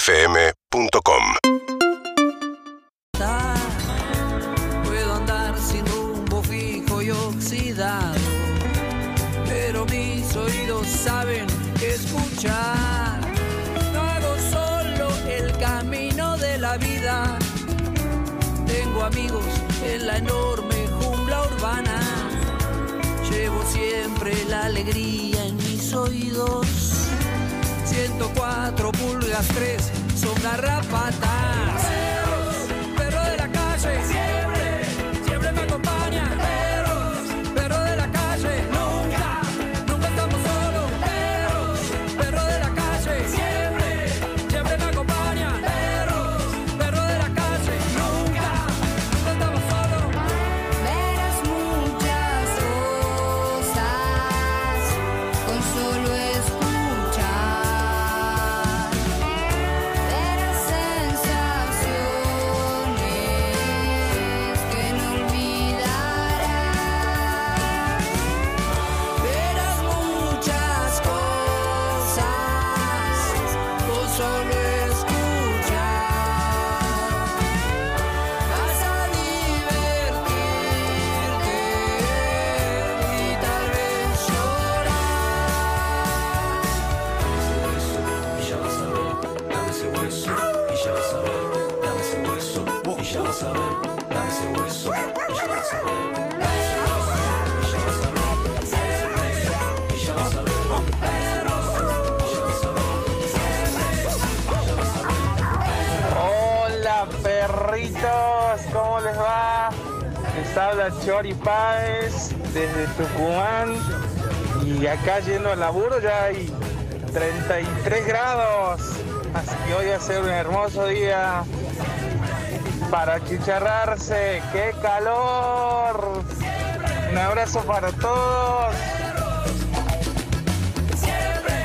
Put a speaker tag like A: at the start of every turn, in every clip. A: UrbanaPlayFM.com
B: Puedo andar sin rumbo fijo y oxidado, pero mis oídos saben escuchar. No hago solo el camino de la vida, tengo amigos en la enorme jungla urbana. Llevo siempre la alegría en mis oídos. 104 pulgas 3 son garrapatas. Perros, perro de la calle, siempre, siempre me acompaña. Perros, perro de la calle, nunca, nunca estamos solos. Perros, perro de la calle, siempre, siempre me acompaña. Perros, perro de la calle, nunca, nunca estamos solos.
C: Verás muchas cosas con solo escuchar. Verás sensaciones que no olvidarás.
B: Verás muchas cosas con solo escuchar. Vas a divertirte y tal vez llorar.
D: y ya vas a ver, dame ese hueso, y ya vas a ver, dame ese hueso, y ya vas a ver, dame ese hueso, y ya vas a ver.
E: Hola perritos, ¿cómo les va? Les habla Chori Páez desde Tucumán y acá yendo al laburo ya hay 33 grados, así que hoy va a ser un hermoso día para chicharrarse, qué calor. Un abrazo para todos.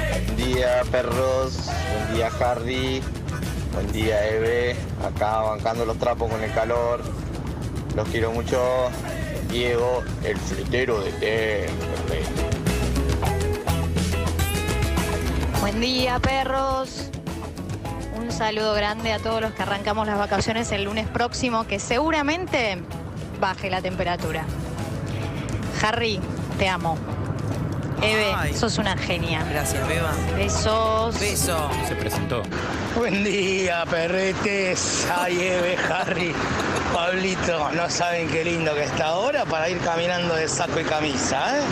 F: Buen día, perros. Buen día, Hardy. Buen día, Eve. Acá bancando los trapos con el calor. Los quiero mucho. Diego, el fletero de Tempe.
G: Buen día, perros. Un saludo grande a todos los que arrancamos las vacaciones el lunes próximo, que seguramente baje la temperatura. Harry, te amo. Eve,
H: Ay.
G: sos una genia.
H: Gracias, Beba.
G: Besos.
H: Beso.
I: Se presentó.
J: Buen día, perretes. Ay, Eve, Harry, Pablito. No saben qué lindo que está ahora para ir caminando de saco y camisa, ¿eh?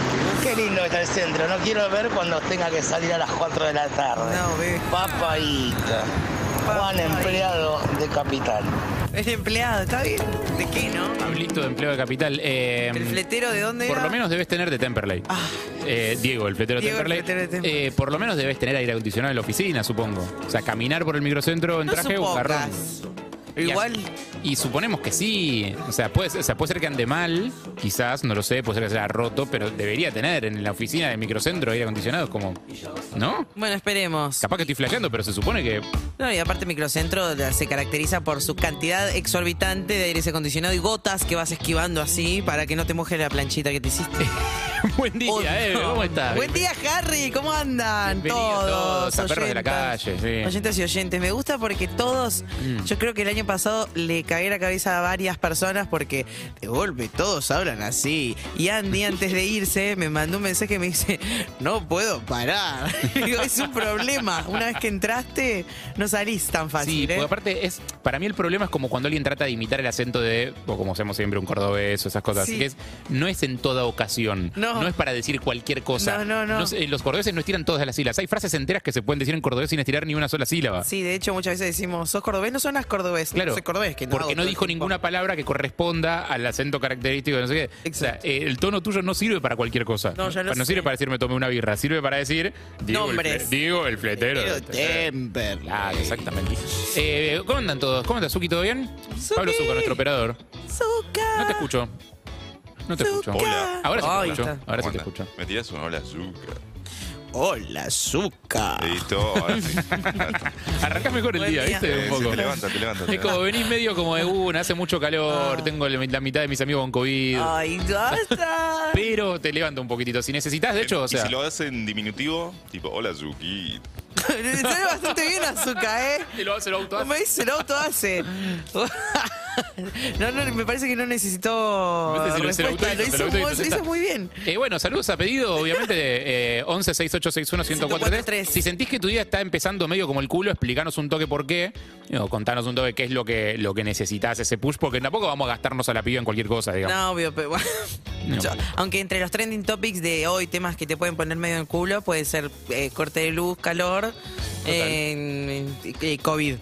J: Qué lindo que está el centro. No quiero ver cuando tenga que salir a las 4 de la tarde.
H: No, Bebe.
J: Papaita. Juan, empleado de Capital.
H: Es empleado, ¿está bien? ¿De qué, no?
I: Pablito de Empleo de Capital. eh,
H: ¿El fletero de dónde?
I: por
H: era?
I: lo menos debes tener de Temperley.
H: Ah.
I: Eh, Diego, el fletero de
H: Diego, el
I: Temperley.
H: fletero de Temperley.
I: Eh, por lo menos debes tener aire acondicionado en la oficina, supongo. O sea, caminar por el microcentro en
H: No
I: traje o
H: supongas.
I: carrón. Y
H: Igual.
I: así- Y, suponemos que sí. O sea, puede, ser- o sea, puede ser que ande mal, quizás, no lo sé, puede ser que sea roto, pero debería tener en la oficina del microcentro aire acondicionado, como. ¿No?
H: Bueno, esperemos.
I: Capaz que estoy flasheando, pero se supone que.
H: No, y aparte Microcentro la- se caracteriza por su cantidad exorbitante de aire acondicionado y gotas que vas esquivando así para que no te moje la planchita que te hiciste.
I: Buen día,
H: Oh,
I: eh.
H: no.
I: ¿Cómo estás?
H: Buen día, Harry. ¿Cómo andan
I: Bienvenidos
H: todos?
I: todos a Perros de la
H: oyentas?
I: Calle, sí.
H: Oyentas y oyentes. Me gusta porque todos,
I: Mm.
H: yo creo que el año pasado le cagué la cabeza a varias personas porque de golpe todos hablan así. Y Andy, antes de irse, me mandó un mensaje y me dice, no puedo parar. Digo, es un problema. Una vez que entraste, no salís tan fácil.
I: Sí,
H: ¿eh?
I: porque aparte es. Para mí el problema es como cuando alguien trata de imitar el acento de. O como hacemos siempre, un cordobés o esas cosas.
H: Sí.
I: Que es, no es en toda ocasión.
H: No.
I: es para decir cualquier cosa.
H: No, no, no.
I: sé, los cordobeses no estiran todas las sílabas. Hay frases enteras que se pueden decir en cordobés sin estirar ni una sola sílaba.
H: Sí, de hecho muchas veces decimos, sos cordobés, no sonas cordobés. No,
I: Claro,
H: soy cordobés, que no hago
I: porque no
H: todo el
I: dijo
H: tiempo.
I: ninguna palabra que corresponda al acento característico de no sé qué. O sea,
H: Exacto.
I: eh, el tono tuyo no sirve para cualquier cosa.
H: No, ya lo
I: no
H: sé.
I: sirve para decir me tomé una birra, sirve para decir Diego, el,
H: Nombres.
I: fle- Diego el fletero.
H: Pero Temper.
I: Claro, exactamente. Eh, ¿Cómo andan todos? ¿Cómo andas, Suki? ¿Todo bien? Pablo Zucca, nuestro operador.
H: Zucca.
I: No te escucho. No te escucho.
H: Zucca.
K: Hola.
I: Ahora sí
H: Ahí
I: te escucho.
H: está.
I: Ahora sí te
K: ¿Cómo
I: escucho.
K: andás? ¿Me tiras una ola azúcar?
H: Hola, Zucca.
K: Edito, ahora sí. Eh,
I: Arrancás mejor el
H: Buen
I: día,
H: día.
I: ¿viste? Un
K: sí,
I: poco.
K: Te levanta, te levanta. Eh, te
I: Es como
K: levanta.
I: venís medio como de una, hace mucho calor,
H: Ah.
I: tengo la la mitad de mis amigos con COVID.
H: Ay, basta.
I: Pero te levanta un poquitito. Si necesitas, de hecho, o
K: Y
I: sea.
K: si lo haces en diminutivo, tipo, hola Zuki,
H: Le sale bastante bien azúcar, ¿eh?
I: Y lo hace el auto.
H: Como dice, el auto hace. No, no, me parece que no necesitó
I: Viste, si lo hice el auto,
H: respuesta. Lo
I: hizo,
H: hizo
I: pero lo
H: muy-
I: hizo,
H: lo
I: ya
H: hizo
I: está.
H: muy bien.
I: Eh, bueno, saludos a pedido, obviamente, eh, 11 6861 1043. Si sentís que tu día está empezando medio como el culo, explicanos un toque por qué, o contanos un toque qué es lo que, lo que necesitas ese push, porque tampoco vamos a gastarnos a la piba en cualquier cosa, digamos.
H: No, obvio, pero bueno.
I: No.
H: Yo- aunque entre los trending topics de hoy, temas que te pueden poner medio en el culo, puede ser eh, corte de luz, calor, eh, eh, COVID.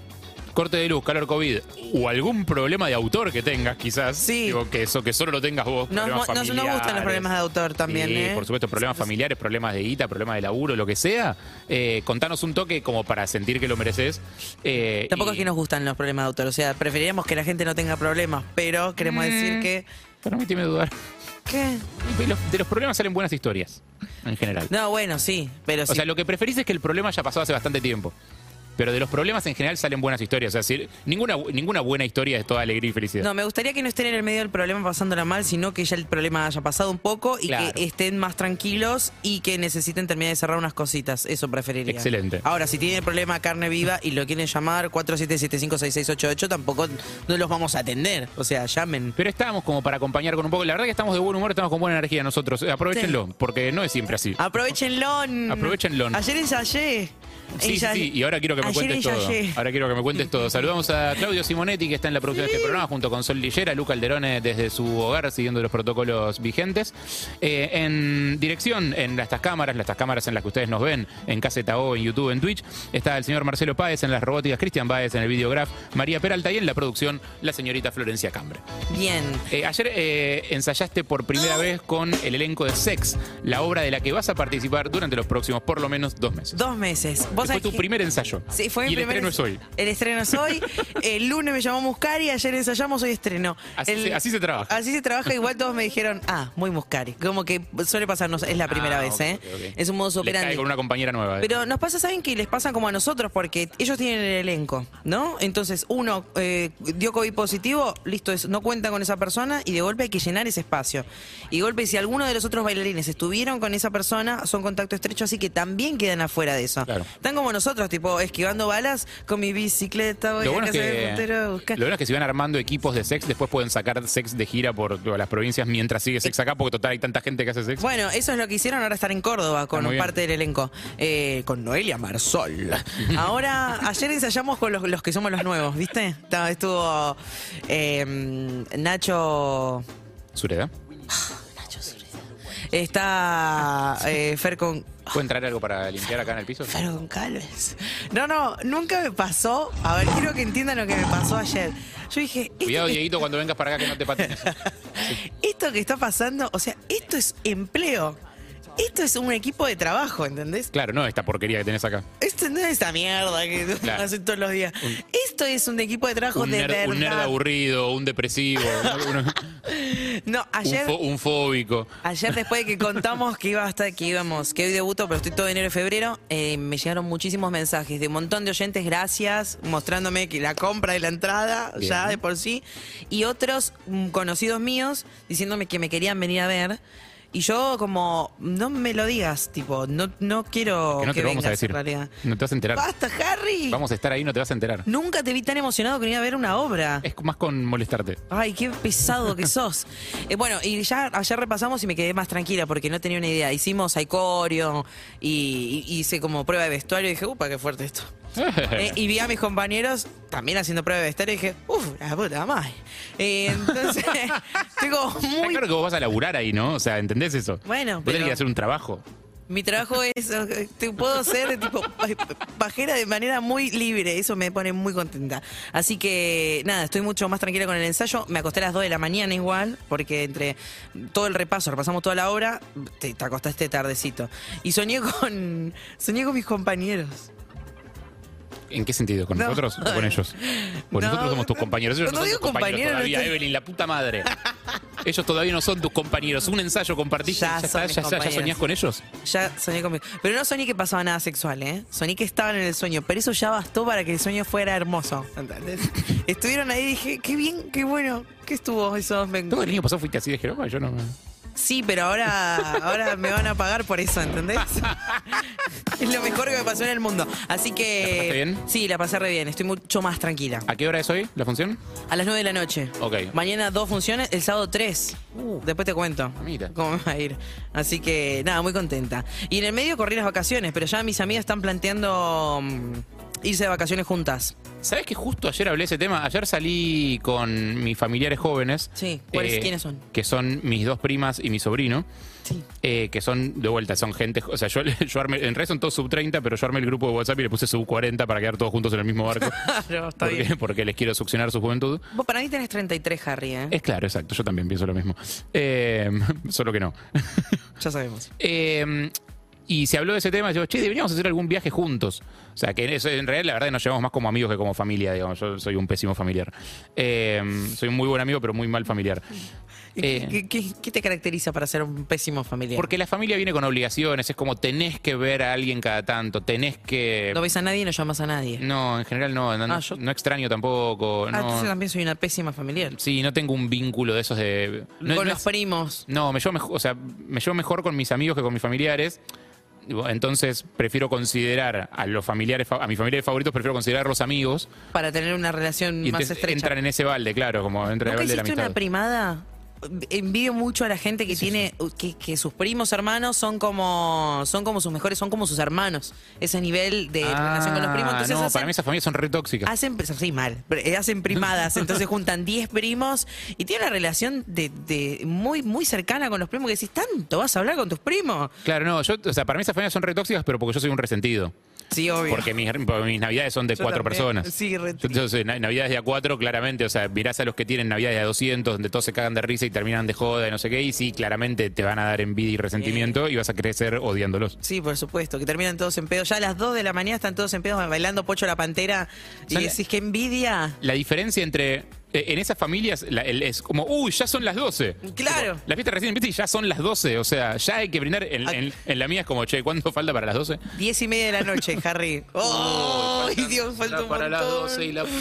I: Corte de luz, calor COVID, o algún problema de autor que tengas, quizás.
H: Sí.
I: Digo, que eso, que solo lo tengas vos.
H: Nos,
I: problemas
H: mo- nos- nos gustan los
I: familiares.
H: problemas de autor también,
I: Sí,
H: ¿eh?
I: por supuesto, problemas familiares, problemas de guita, problemas de laburo, lo que sea. Eh, contanos un toque como para sentir que lo mereces. Eh,
H: Tampoco
I: y-
H: es que nos gustan los problemas de autor, o sea, preferiríamos que la gente no tenga problemas, pero
I: Mm.
H: queremos decir que...
I: Permíteme dudar.
H: ¿Qué?
I: De los, de los problemas salen buenas historias, en general.
H: No, bueno, sí, pero sí.
I: O sea, lo que preferís es que el problema haya pasado hace bastante tiempo. Pero de los problemas en general salen buenas historias. O sea, si- ninguna, ninguna buena historia es toda alegría y felicidad.
H: No, me gustaría que no estén en el medio del problema pasándola mal, sino que ya el problema haya pasado un poco y
I: Claro.
H: que estén más tranquilos y que necesiten terminar de cerrar unas cositas. Eso preferiría.
I: Excelente.
H: Ahora, si tienen el problema carne viva y lo quieren llamar 47756688, tampoco no los vamos a atender. O sea, llamen.
I: Pero estábamos como para acompañar con un poco. La verdad que estamos de buen humor, estamos con buena energía nosotros. Eh, Aprovechenlo, porque no es siempre así.
H: Aprovechenlo.
I: Aprovechenlo.
H: Ayer ensayé.
I: Sí, sí,
H: Ensayé.
I: sí, y ahora quiero que me
H: Ayer
I: cuentes todo.
H: ensayé.
I: Ahora quiero que me cuentes todo. Saludamos a Claudio Simonetti, que está en la producción de este programa, junto con Sol Lillera, Luca Alderone desde su hogar, siguiendo los protocolos vigentes. Eh, en dirección, en estas cámaras, las cámaras en las que ustedes nos ven, en Caseta O, en YouTube, en Twitch, está el señor Marcelo Páez en las robóticas, Cristian Páez en el videograf, María Peralta y en la producción, la señorita Florencia Cambre.
H: Bien.
I: Eh, ayer eh, ensayaste por primera vez con el elenco de Sex, la obra de la que vas a participar durante los próximos por lo menos dos meses.
H: Dos meses.
I: Que Fue
H: sabés
I: tu
H: que-
I: primer ensayo.
H: Sí, fue mi
I: y el
H: primer
I: estreno es hoy.
H: El estreno es hoy. El lunes me llamó Muscari, ayer ensayamos, hoy estreno.
I: Así
H: El-
I: se- así se trabaja.
H: Así se trabaja, igual todos me dijeron, ah, muy Muscari. Como que suele pasarnos, es la primera
I: Ah,
H: vez,
I: ok,
H: ¿eh?
I: ok, ok.
H: Es un modo
I: Le cae
H: operandi.
I: con una compañera nueva. eh.
H: Pero nos pasa, ¿saben qué? Les pasa como a nosotros, porque ellos tienen el elenco, ¿no? Entonces, uno eh, dio COVID positivo, listo, es- no cuenta con esa persona y de golpe hay que llenar ese espacio. Y de golpe, si alguno de los otros bailarines estuvieron con esa persona, son contacto estrecho, así que también quedan afuera de eso.
I: Claro.
H: Están como nosotros, tipo, esquivando balas con mi bicicleta, voy
I: lo
H: a
I: bueno, es
H: casa del
I: que,
H: puntero a buscar.
I: lo bueno es que si van armando equipos de sex, después pueden sacar sex de gira por todas las provincias mientras sigue sex acá, porque total hay tanta gente que hace sex.
H: Bueno, eso es lo que hicieron ahora estar en Córdoba con
I: Está muy bien.
H: parte del elenco. Eh, con Noelia Marsol. Ahora, ayer ensayamos con los, los que somos los nuevos, ¿viste? Estaba- Estuvo eh, Nacho.
I: Sureda,
H: Está eh, Fer con.
I: ¿pueden traer algo para limpiar acá en el piso?
H: Fer Goncalves. No, no, nunca me pasó. A ver, quiero que entiendan lo que me pasó ayer. Yo dije, esto
I: Cuidado,
H: que-
I: Dieguito, cuando vengas para acá que no te patines.
H: esto que está pasando, o sea, esto es empleo. Esto es un equipo de trabajo, ¿entendés?
I: Claro, no esta porquería que tenés acá.
H: Esto no es esta mierda que
I: Claro.
H: hacen todos los días. Esto es un equipo de trabajo
I: Un
H: de
I: nerd,
H: verdad.
I: un nerd aburrido, un depresivo, un, un-
H: no,
I: un
H: ayer,
I: fo- un fóbico.
H: ayer después de que contamos que iba hasta que íbamos, que hoy debuto, pero estoy todo enero y febrero, eh, me llegaron muchísimos mensajes de un montón de oyentes, gracias, mostrándome que la compra de la entrada,
I: Bien.
H: ya de por sí, y otros mm, conocidos míos diciéndome que me querían venir a ver. Y yo como, no me lo digas, tipo, no, no quiero
I: Que no te lo vamos
H: vengas
I: a decir.
H: en realidad.
I: No te vas a enterar.
H: ¡Basta, Harry!
I: Vamos a estar ahí, no te vas a enterar.
H: Nunca te vi tan emocionado que venía a ver una obra.
I: Es más con molestarte.
H: Ay, qué pesado que sos. Eh, bueno, y ya ayer repasamos y me quedé más tranquila porque no tenía una idea. Hicimos Aicorio y, y- hice como prueba de vestuario y dije, upa, qué fuerte esto. Eh, y vi a mis compañeros también haciendo prueba de vestuario y dije, uff, la puta madre. Eh, entonces, digo,
I: Está
H: muy.
I: claro que vos vas a laburar ahí, ¿no? O sea, ¿entendés eso?
H: Bueno,
I: Vos
H: pero-
I: tenés que hacer un trabajo.
H: Mi trabajo es. eh, te- puedo ser tipo pa- pajera de manera muy libre. Eso me pone muy contenta. Así que nada, estoy mucho más tranquila con el ensayo. Me acosté a las 2 de la mañana igual, porque entre todo el repaso, repasamos toda la obra, te, te acostaste tardecito. Y soñé con. Soñé con mis compañeros.
I: ¿En qué sentido? ¿Con
H: No.
I: nosotros o con ellos? Pues
H: No,
I: nosotros somos tus
H: no,
I: compañeros. Ellos
H: no
I: no, son
H: digo
I: tus compañeros
H: compañeros,
I: todavía,
H: no estoy-
I: Evelyn, la puta madre. ellos todavía no son tus compañeros. Un ensayo compartiste
H: Ya
I: y ya,
H: son
I: está,
H: mis
I: ya, ya- ya
H: compañeros.
I: soñás con ellos.
H: Ya soñé con mis. Pero no soñé que pasaba nada sexual, ¿eh? Soñé que estaban en el sueño. Pero eso ya bastó para que el sueño fuera hermoso. ¿entendés? Estuvieron ahí y dije, qué bien, qué bueno. ¿Qué estuvo eso? Me-
I: Todo el año pasado fuiste así de Jerónimo, yo no me...
H: Sí, pero ahora, ahora me van a pagar por eso, ¿entendés? es lo mejor que me pasó en el mundo. Así que.
I: ¿La pasaste bien?
H: Sí, la pasé re bien. Estoy mucho más tranquila.
I: ¿A qué hora es hoy la función?
H: A las 9 de la noche.
I: Ok. Uh.
H: Mañana dos funciones, el sábado tres. Después te cuento
I: Mira.
H: cómo me va a ir. Así que nada, muy contenta. Y en el medio corrí las vacaciones, pero ya mis amigas están planteando mm, irse de vacaciones juntas.
I: ¿Sabes que justo ayer hablé ese tema? Ayer salí con mis familiares jóvenes. eh,
H: Sí, ¿cuáles- quiénes son?
I: Que son mis dos primas y mi sobrino.
H: Sí.
I: eh, que son, de vuelta, son gente. O sea, yo, yo armé. En realidad son todos sub 30, pero yo armé el grupo de WhatsApp y le puse sub 40 para quedar todos juntos en el mismo barco.
H: Claro, está
I: porque,
H: bien.
I: porque les quiero succionar su juventud.
H: Vos para mí tenés 33, Harry, ¿eh?
I: Es claro, exacto. Yo también pienso lo mismo. Eh, solo que no.
H: Ya sabemos.
I: Eh, y se habló de ese tema, yo, che, deberíamos hacer algún viaje juntos. O sea, que en, eso, en realidad la verdad que nos llevamos más como amigos que como familia, digamos. Yo soy un pésimo familiar. Eh, soy un muy buen amigo, pero muy mal familiar. Eh,
H: ¿Qué, qué- qué te caracteriza para ser un pésimo familiar?
I: porque la familia viene con obligaciones, es como tenés que ver a alguien cada tanto, tenés que...
H: no ves a nadie y no llamas a nadie.
I: Eh, No, en general no, no,
H: Ah, yo-
I: no extraño tampoco.
H: Ah, entonces
I: No,
H: también soy una pésima familiar.
I: sí, no tengo un vínculo de esos de... no-
H: Con
I: no
H: los
I: es-
H: primos.
I: No, me llevo mejor, o sea, me llevo mejor con mis amigos que con mis familiares. Digo, Entonces prefiero considerar a los familiares, fa- a mis familiares favoritos, prefiero considerar los amigos.
H: Para tener una relación
I: Y
H: más
I: entonces
H: estrecha.
I: entran en ese balde, claro, como entra en el
H: ¿Nunca
I: balde de la
H: hiciste
I: amistad.
H: una primada? Envidio mucho a la gente que tiene, que, que sus primos hermanos son como, son como sus mejores, son como sus hermanos. Ese nivel de
I: Ah,
H: eh, relación con los primos. Entonces Ah,
I: no,
H: hacen,
I: para mí esas familias son re tóxicas.
H: hacen, sí, mal, eh, hacen primadas, entonces juntan 10 primos y tienen una relación de, de muy, muy cercana con los primos que decís, tanto vas a hablar con tus primos.
I: Claro, no, yo, o sea, para mí esas familias son re tóxicas, pero porque yo soy un resentido.
H: Sí, obvio.
I: Porque mis, porque mis navidades son de
H: Yo
I: cuatro
H: también.
I: personas.
H: Sí, re triste.
I: Entonces, na- navidades de a cuatro, claramente, o sea, mirás a los que tienen navidades de a 200, donde todos se cagan de risa y terminan de joda y no sé qué, y sí, claramente te van a dar envidia y resentimiento y vas a crecer odiándolos.
H: Sí, por supuesto, que terminan todos en pedo. Ya a las 2 de la mañana están todos en pedo bailando Pocho la Pantera. Y
I: Sale-
H: decís, qué envidia.
I: La diferencia entre. eh, En esas familias la- el- es como, uy, ya son las 12.
H: Claro.
I: Como, La fiesta recién empieza y ya son las 12. O sea, ya hay que brindar. En,
H: Ah.
I: en- en la mía es como, che, ¿cuánto falta para las 12?
H: Diez y media de la noche, Harry. ¡Oh! ¡Ay, Dios, falta un montón.
I: la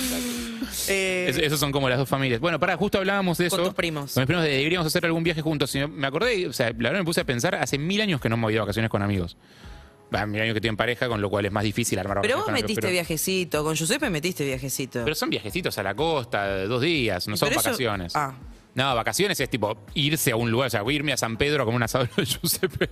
H: Eh,
I: Es- esos son como las dos familias. Bueno, para justo hablábamos de eso.
H: Con tus primos.
I: Con mis primos de deberíamos hacer algún viaje juntos. Y me acordé, y, o sea, la verdad me puse a pensar, hace mil años que no me voy de vacaciones con amigos. Va, mil años que estoy en pareja, con lo cual es más difícil armar
H: pero
I: vacaciones
H: vos
I: con amigos,
H: metiste
I: pero-
H: viajecito, con Giuseppe metiste viajecito.
I: Pero son viajecitos a la costa, de dos días, no
H: Y
I: son
H: pero eso-
I: vacaciones.
H: Ah.
I: No, vacaciones es tipo irse a un lugar, o sea, irme a San Pedro como un asado de Giuseppe.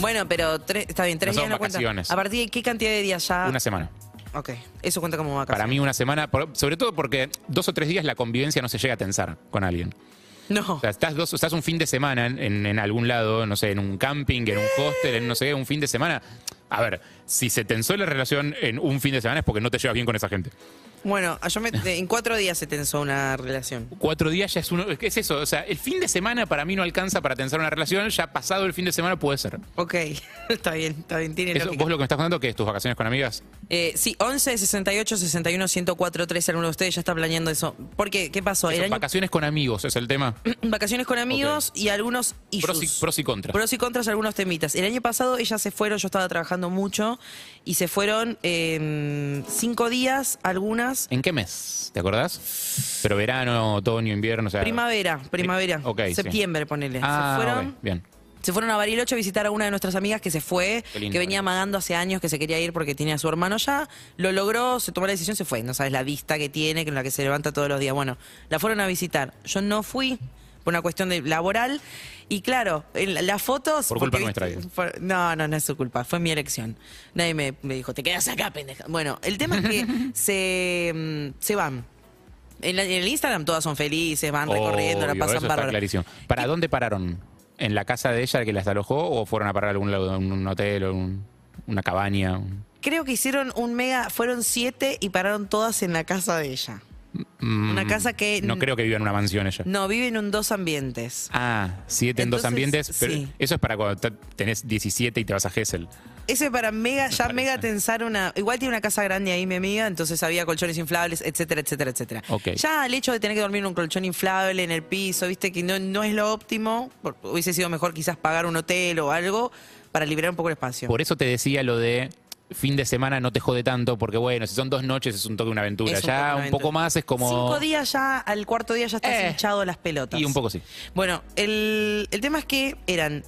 H: bueno, pero tres, está bien, tres
I: No son
H: días no cuenta.
I: vacaciones.
H: ¿A partir de qué cantidad de días ya?
I: Una semana.
H: Ok, eso cuenta como Ah. vacaciones.
I: Para mí una semana, por- sobre todo porque dos o tres días la convivencia no se llega a tensar con alguien.
H: No.
I: O sea, estás, dos, estás un fin de semana en, en- en algún lado, no sé, en un camping, en un hostel, en no sé qué, un fin de semana. A ver, si se tensó la relación en un fin de semana es porque no te llevas bien con esa gente.
H: Bueno, yo me- en cuatro días se tensó una relación.
I: Cuatro días ya es uno. Es que es eso, o sea, el fin de semana para mí no alcanza para tensar una relación, ya pasado el fin de semana puede ser.
H: Ok, está bien, está bien, tiene
I: Eso,
H: lógica.
I: ¿Vos lo que me estás contando que es tus vacaciones con amigas?
H: Eh, sí, 11 68 61 104 3 alguno de ustedes ya está planeando eso. ¿Por qué? ¿Qué pasó?
I: Eso,
H: El año-
I: Vacaciones con amigos es el tema.
H: vacaciones con amigos y algunos issues.
I: Pros y, pros y contras.
H: Pros y contras, algunos temitas. El año pasado ellas se fueron, yo estaba trabajando mucho, y se fueron eh, cinco días, algunas.
I: ¿En qué mes? ¿Te acordás? Pero verano, otoño, invierno, o sea.
H: Primavera, primavera.
I: Ok, sí.
H: septiembre, ponele.
I: Ah,
H: se fueron.
I: ok, bien.
H: Se fueron a Bariloche a visitar a una de nuestras amigas que se fue,
I: Qué lindo, eh.
H: que
I: Bariloche.
H: venía amagando hace años que se quería ir porque tenía a su hermano ya. Lo logró, se tomó la decisión, se fue. No sabes la vista que tiene, con la que se levanta todos los días. Bueno, la fueron a visitar. Yo no fui por una cuestión de laboral. Y claro, en la- las fotos...
I: Por culpa
H: porque,
I: nuestra,
H: viste,
I: digo.
H: fue- no, no, no es su culpa. Fue mi elección. Nadie me, me dijo, te quedas acá, pendeja. Bueno, el tema es que se, mm, se van. En, la- en el Instagram todas son felices, van recorriendo,
I: Obvio,
H: la
I: eso
H: pasan
I: está
H: bárbaro.
I: clarísimo. ¿Para dónde pararon? ¿En la casa de ella que las alojó o fueron a parar a algún lado, a un hotel o un- una cabaña?
H: Creo que hicieron un mega, fueron siete y pararon todas en la casa de ella.
I: Mm,
H: Una casa que-
I: No creo que viva en una mansión ella.
H: No, viven en un dos ambientes.
I: Ah, siete en dos
H: Entonces,
I: ambientes. Pero
H: sí.
I: Eso es para cuando te- tenés 17 y te vas a Gessel.
H: Ese para mega, ya mega tensar una. Igual tiene una casa grande ahí, mi amiga, entonces había colchones inflables, etcétera, etcétera, etcétera.
I: Ok.
H: Ya el hecho de tener que dormir en un colchón inflable en el piso, viste, que no, no es lo óptimo. por- hubiese sido mejor quizás pagar un hotel o algo para liberar un poco el espacio.
I: Por eso te decía lo de fin de semana no te jode tanto, porque bueno, si son dos noches es un toque una aventura.
H: Es un toque
I: ya
H: una
I: un poco
H: aventura.
I: más es como.
H: Cinco días ya, al cuarto día ya estás
I: Eh.
H: hinchado las pelotas.
I: Y un poco sí.
H: Bueno, el, el tema es que eran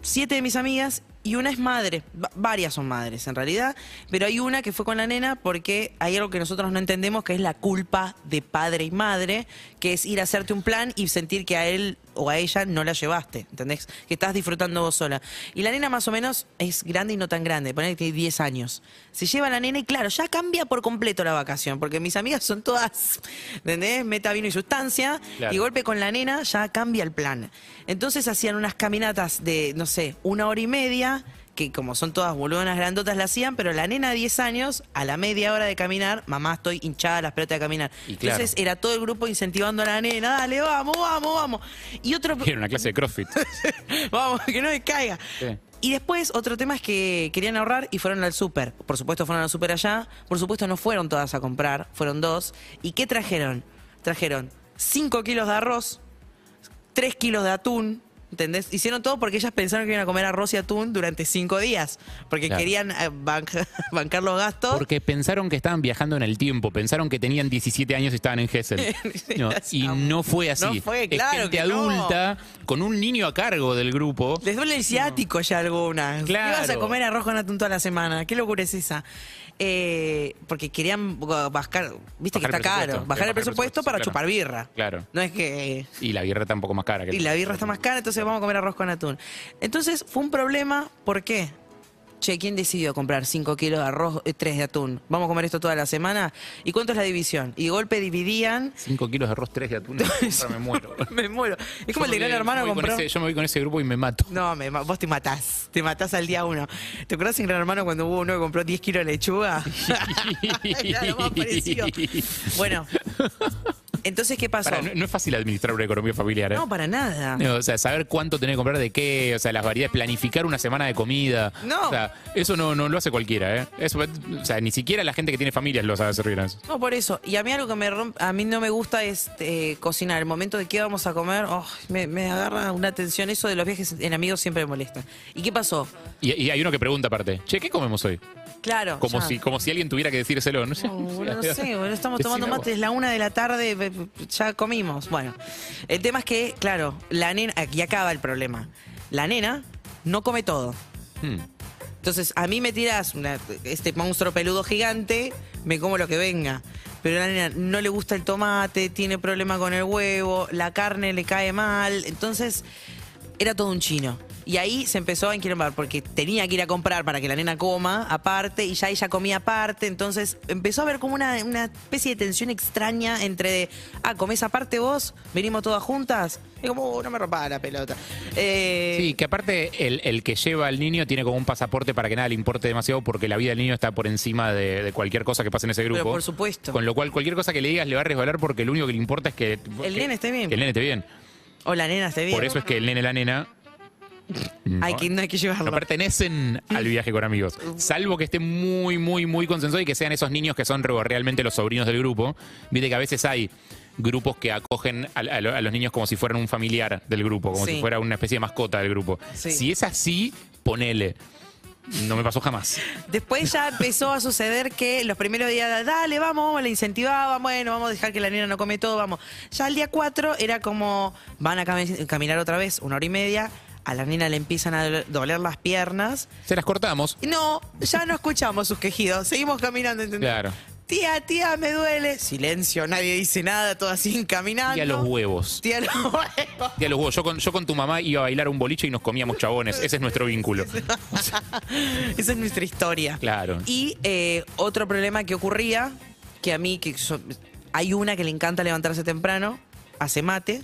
H: siete de mis amigas y una es madre. Va- varias son madres en realidad, pero hay una que fue con la nena porque hay algo que nosotros no entendemos que es la culpa de padre y madre, que es ir a hacerte un plan y sentir que a él o a ella no la llevaste, ¿entendés? Que estás disfrutando vos sola. Y la nena más o menos es grande y no tan grande, ponele que tiene 10 años. Se lleva la nena y claro, ya cambia por completo la vacación, porque mis amigas son todas, ¿entendés? Meta, vino y sustancia,
I: Claro.
H: y golpe golpe con la nena ya cambia el plan. Entonces hacían unas caminatas de, no sé, una hora y media, que como son todas boludonas grandotas la hacían, pero la nena de 10 años, a la media hora de caminar, mamá, estoy hinchada las pelotas de caminar.
I: Y claro.
H: Entonces era todo el grupo incentivando a la nena, dale, vamos, vamos, vamos. Y otro...
I: Era una clase de CrossFit.
H: Vamos, que no me caiga.
I: Sí.
H: Y después, otro tema es que querían ahorrar y fueron al súper. Por supuesto, fueron al súper allá. Por supuesto, no fueron todas a comprar, fueron dos. ¿Y qué trajeron? Trajeron 5 kilos de arroz, 3 kilos de atún. ¿Entendés? Hicieron todo porque ellas pensaron que iban a comer arroz y atún durante cinco días. Porque
I: Claro.
H: querían eh, banca- bancar los gastos.
I: Porque pensaron que estaban viajando en el tiempo, pensaron que tenían 17 años y estaban en Hessel. No, y no fue así.
H: No fue,
I: Es
H: claro
I: gente
H: que no.
I: adulta, con un niño a cargo del grupo.
H: Les duele el ciático ya algunas.
I: Claro.
H: Ibas a comer arroz con atún toda la semana. ¿Qué locura es esa? Eh, porque querían uh, bajar, viste
I: Bajar
H: que
I: el
H: está caro,
I: presupuesto.
H: bajar el presupuesto para
I: claro.
H: chupar birra.
I: Claro.
H: No es que
I: Y la birra está un poco más cara. Que
H: y la birra está más cara, entonces vamos a comer arroz con atún. Entonces fue un problema, ¿por qué? Che, ¿quién decidió comprar 5 kilos de arroz y 3 de atún? ¿Vamos a comer esto toda la semana? ¿Y cuánto es la división? Y de golpe dividían.
I: 5 kilos de arroz, 3 de atún. me muero.
H: me muero. Es
I: Yo
H: como el
I: me
H: de gran
I: voy-
H: hermano
I: me voy con
H: compró.
I: ese- yo me voy con ese grupo y me mato.
H: No, me ma- vos te matás. Te matás al día uno. ¿Te acuerdas en Gran Hermano cuando hubo uno que compró 10 kilos de lechuga? Era lo más parecido. Bueno, entonces, ¿qué pasó?
I: Pará, no, no es fácil administrar una economía familiar. ¿eh?
H: No, para nada.
I: No, o sea, saber cuánto tenés que comprar de qué, o sea, las variedades, planificar una semana de comida.
H: No.
I: O sea, eso no, no lo hace cualquiera, ¿eh? Eso, o sea, ni siquiera la gente que tiene familias lo sabe hacer bien. eso.
H: No, por eso. Y a mí algo que me romp- a mí no me gusta es eh, cocinar. El momento de qué vamos a comer, oh, me, me agarra una tensión. Eso de los viajes en amigos siempre me molesta. ¿Y qué pasó?
I: Y, y hay uno que pregunta aparte, che, ¿qué comemos hoy?
H: Claro.
I: Como
H: ya.
I: si, como si alguien tuviera que decírselo, no sé.
H: No, boludo, no sé, boludo, estamos
I: Decime
H: tomando
I: vos.
H: mate, es la una de la tarde, be- be- ya comimos. Bueno, el tema es que, claro, la nena, aquí acaba el problema. La nena no come todo.
I: Hmm.
H: Entonces, a mí me tiras una- este monstruo peludo gigante, me como lo que venga. Pero a la nena no le gusta el tomate, tiene problema con el huevo, la carne le cae mal. Entonces, era todo un chino. Y ahí se empezó a enquilombar porque tenía que ir a comprar para que la nena coma aparte y ya ella comía aparte. Entonces empezó a haber como una, una especie de tensión extraña entre, ah, comés aparte vos, venimos todas juntas. Es como, "Oh, no me rompa la pelota. Eh,
I: Sí, que aparte el, el que lleva al niño tiene como un pasaporte para que nada le importe demasiado porque la vida del niño está por encima de, de cualquier cosa que pase en ese grupo.
H: Pero por supuesto.
I: Con lo cual cualquier cosa que le digas le va a resbalar porque lo único que le importa es que...
H: El
I: que-
H: nene esté bien.
I: que el nene esté bien.
H: O la nena se bien.
I: Por eso es que el nene y la nena...
H: hay que, no hay que
I: no
H: llevarlo.
I: pertenecen al viaje con amigos. Salvo que esté muy, muy, muy consensuado y que sean esos niños que son re- realmente los sobrinos del grupo. Viste que a veces hay grupos que acogen a, a lo- a los niños como si fueran un familiar del grupo, como
H: Sí.
I: si fuera una especie de mascota del grupo.
H: Sí.
I: Si es así, ponele. No me pasó jamás.
H: Después ya empezó a suceder que los primeros días, dale, vamos, vamos, la incentivaba, bueno, vamos a dejar que la nena no come todo, vamos. Ya el día 4 era como, van a cami- caminar otra vez, una hora y media, a la nena le empiezan a doler- doler las piernas.
I: Se las cortamos.
H: Y No, ya no escuchamos sus quejidos, seguimos caminando, ¿entendés?
I: Claro.
H: Tía, tía, me duele. Silencio, nadie dice nada, todo así caminando.
I: Y a los huevos.
H: Tía, los huevos.
I: Y a los huevos. Yo con, yo con tu mamá iba a bailar un boliche y nos comíamos chabones. Ese es nuestro vínculo.
H: Esa es nuestra historia.
I: Claro.
H: Y eh, otro problema que ocurría, que a mí, que so- hay una que le encanta levantarse temprano, hace mate.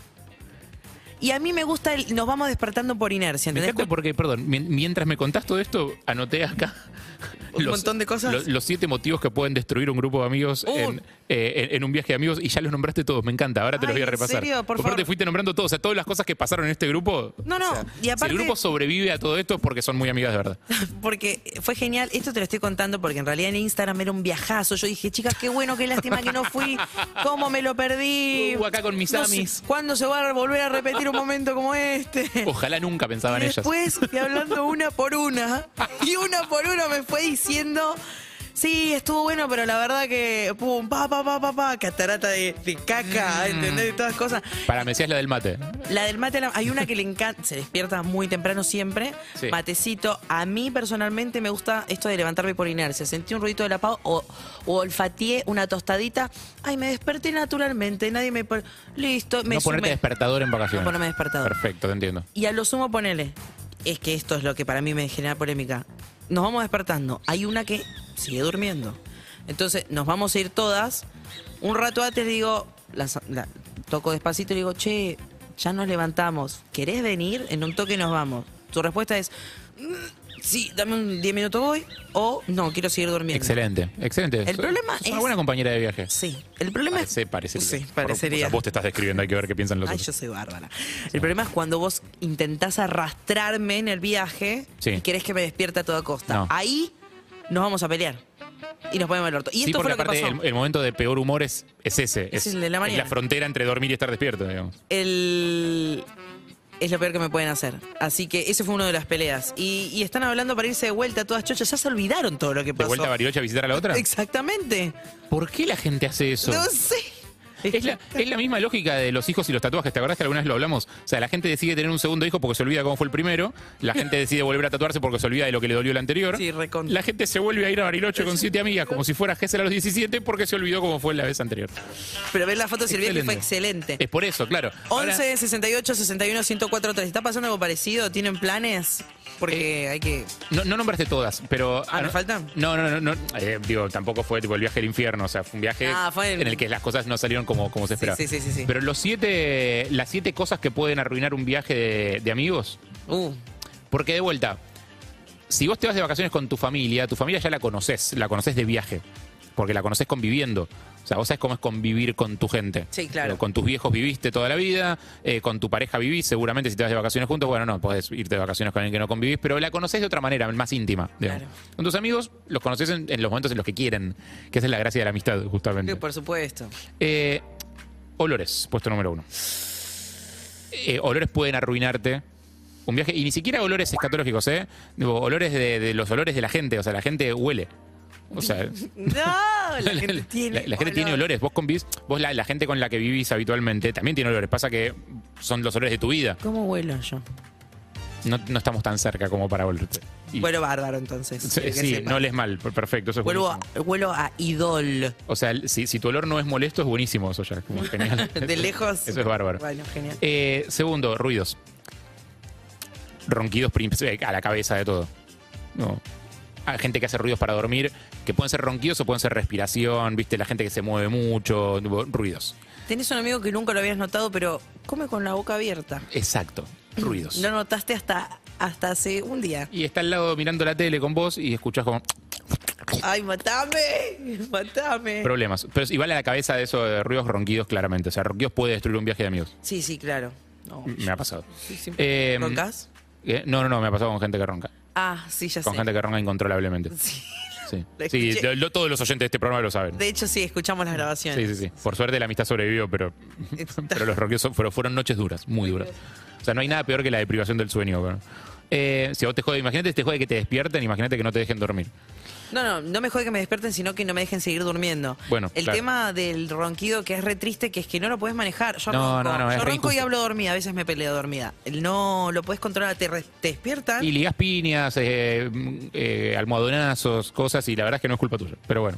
H: Y a mí me gusta, el, nos vamos despertando por inercia,
I: Me
H: ¿entendés?
I: encanta porque, perdón, mien- mientras me contás todo esto, anoté acá.
H: Un montón de cosas.
I: lo- Los, siete motivos que pueden destruir un grupo de amigos
H: Uh.
I: en, eh, en- en un viaje de amigos y ya los nombraste todos, me encanta. Ahora te los voy
H: Ay,
I: a
H: ¿en
I: repasar.
H: serio? Por
I: Aparte
H: favor.
I: fuiste nombrando todos, o sea, todas las cosas que pasaron en este grupo.
H: No, no,
I: o sea,
H: y
I: Si
H: aparte-
I: el grupo sobrevive a todo esto es porque son muy amigas de verdad.
H: Porque fue genial, esto te lo estoy contando porque en realidad en Instagram era un viajazo. Yo dije, chicas, qué bueno, qué lástima que no fui, cómo me lo perdí.
I: Uh, acá con mis
H: No sé,
I: amis.
H: ¿Cuándo se va a volver a repetir un momento como este?
I: Ojalá nunca pensaban
H: Y
I: ellas.
H: después fui hablando una por una y una por una me fue diciendo. Sí, estuvo bueno, pero la verdad que pum, pa, pa, pa, pa, pa, catarata de, de caca,
I: Mm.
H: ¿entendés? Y todas cosas.
I: Para Mesías la del mate.
H: La del mate, la- hay una que le encanta, se despierta muy temprano siempre,
I: Sí.
H: matecito. A mí personalmente me gusta esto de levantarme por inercia. Sentí un ruidito de la pava o, o olfateé una tostadita. Ay, me desperté naturalmente, nadie me... pon- Listo, me
I: no ponerte
H: sumé.
I: despertador en vacaciones.
H: No ponerme despertador.
I: Perfecto, te entiendo.
H: Y a lo sumo ponele, es que esto es lo que para mí me genera polémica. Nos vamos despertando, hay una que sigue durmiendo. Entonces nos vamos a ir todas. Un rato antes le digo, las- la- toco despacito y le digo, che, ya nos levantamos, ¿querés venir? En un toque nos vamos. Tu respuesta es, "Mm, sí, dame un 10 minutos voy o no, quiero seguir durmiendo.
I: Excelente, excelente.
H: El
I: Sos-
H: problema
I: sos una
H: es-
I: buena compañera de viaje.
H: Sí, el problema es...
I: Parece, parecería.
H: Sí,
I: Por-
H: parecería.
I: o sea, vos te estás describiendo, hay que ver qué piensan los
H: Ay,
I: otros.
H: yo soy bárbara. El problema es cuando vos intentás arrastrarme en el viaje
I: Sí.
H: y querés que me despierte a toda costa.
I: No.
H: Ahí nos vamos a pelear. Y nos ponemos el orto. Y
I: sí,
H: esto
I: porque
H: fue lo que
I: aparte
H: pasó.
I: el, el momento de peor humor es, es ese.
H: Es el de la mañana.
I: frontera entre dormir y estar despierto, digamos.
H: El- Es lo peor que me pueden hacer. Así que ese fue uno de las peleas. Y, y están hablando para irse de vuelta todas chochas. Ya se olvidaron todo lo que
I: ¿De
H: pasó.
I: vuelta a Bariloche a visitar a la otra?
H: Exactamente.
I: ¿Por qué la gente hace eso?
H: No sé.
I: Es la, es la misma lógica de los hijos y los tatuajes. ¿Te acordás que alguna vez lo hablamos? O sea, la gente decide tener un segundo hijo porque se olvida cómo fue el primero. La gente decide volver a tatuarse porque se olvida de lo que le dolió el anterior.
H: Sí, recontra.
I: La gente se vuelve a ir a Bariloche con siete amigas como si fuera Gessel a los 17 porque se olvidó cómo fue la vez anterior.
H: Pero ver las fotos y el viaje fue excelente.
I: Es por eso, claro. Ahora,
H: 11 68 61 104 3. ¿Está pasando algo parecido? ¿Tienen planes? Porque
I: Eh,
H: hay que.
I: no, no nombraste todas, pero...
H: Ah, ¿me
I: no-
H: faltan?
I: No, no, no. no, eh, digo, tampoco fue tipo el viaje al infierno. O sea, fue un viaje
H: Ah, fue el-
I: en el que las cosas no salieron como, como se esperaba.
H: sí, sí, sí, sí.
I: Pero los siete, las siete cosas que pueden arruinar un viaje de- de amigos...
H: Uh.
I: Porque de vuelta, si vos te vas de vacaciones con tu familia, tu familia ya la conoces, la conoces de viaje, porque la conoces conviviendo. O sea, vos sabés cómo es convivir con tu gente.
H: Sí, claro.
I: Pero Con tus viejos viviste toda la vida, eh, con tu pareja vivís, seguramente si te vas de vacaciones juntos, bueno, no, podés irte de vacaciones con alguien que no convivís, pero la conocés de otra manera, más íntima. digamos.
H: Claro.
I: Con tus amigos los conoces en, en los momentos en los que quieren, que esa es la gracia de la amistad, justamente.
H: Sí, por supuesto.
I: Eh, olores, puesto número uno. Eh, olores pueden arruinarte un viaje. Y ni siquiera olores escatológicos, ¿eh? Digo, olores de, de los olores de la gente. O sea, la gente huele. O sea,
H: No, la, gente tiene.
I: la- la gente tiene olores. Vos convivís, vos la, la gente con la que vivís habitualmente también tiene olores. Pasa que son los olores de tu vida.
H: ¿Cómo huelo yo?
I: No, no estamos tan cerca como para olerte. Y-
H: Huelo bárbaro entonces.
I: Sí,
H: que
I: sí,
H: sepa.
I: no lees mal. Perfecto, eso es
H: Huelo a,
I: buenísimo.
H: huelo a idol.
I: O sea, si, si tu olor no es molesto, es buenísimo eso ya. Como genial.
H: De lejos.
I: Eso es bárbaro.
H: Bueno, genial.
I: Eh, segundo, ruidos. Ronquidos prim- eh, a la cabeza de todo. No. Hay gente que hace ruidos para dormir, que pueden ser ronquidos o pueden ser respiración, viste, la gente que se mueve mucho, tipo, ruidos.
H: Tenés un amigo que nunca lo habías notado, pero come con la boca abierta.
I: Exacto, ruidos.
H: Mm. No notaste hasta, hasta hace un día.
I: Y está al lado mirando la tele con vos y escuchás como
H: ¡Ay, matame! ¡Matame!
I: problemas. Pero es igual a la cabeza de esos de ruidos ronquidos claramente. O sea, ronquidos puede destruir un viaje de amigos.
H: Sí, sí, claro. No.
I: Me ha pasado.
H: Sí, sí.
I: Eh,
H: ¿Roncas?
I: eh, no, no, no, me ha pasado con gente que ronca.
H: Ah, sí, ya
I: Con
H: sé.
I: gente que ronca incontrolablemente.
H: Sí.
I: Sí,
H: La
I: Sí,
H: escuché.
I: lo- lo- todos los oyentes de este programa lo saben.
H: De hecho, sí, escuchamos las
I: Sí,
H: grabaciones.
I: sí, sí. Por suerte la amistad sobrevivió, pero, pero los roqueos son- fueron, fueron noches duras, muy duras. O sea, no hay nada peor que la deprivación del sueño. pero- Eh, si a vos te jode, imagínate, te jode que te despierten, imagínate que no te dejen dormir.
H: No, no, no me jode que me despierten, sino que no me dejen seguir durmiendo.
I: Bueno,
H: El
I: claro.
H: tema del ronquido que es re triste, que es que no lo puedes manejar. Yo
I: No,
H: ronco,
I: no, no, es
H: yo
I: re
H: ronco y
I: injusto.
H: hablo dormida, a veces me peleo dormida. El No lo puedes controlar, te, re- te despiertan.
I: Y ligás piñas, eh, mm, eh, almohadonazos, cosas, y la verdad es que no es culpa tuya. Pero bueno,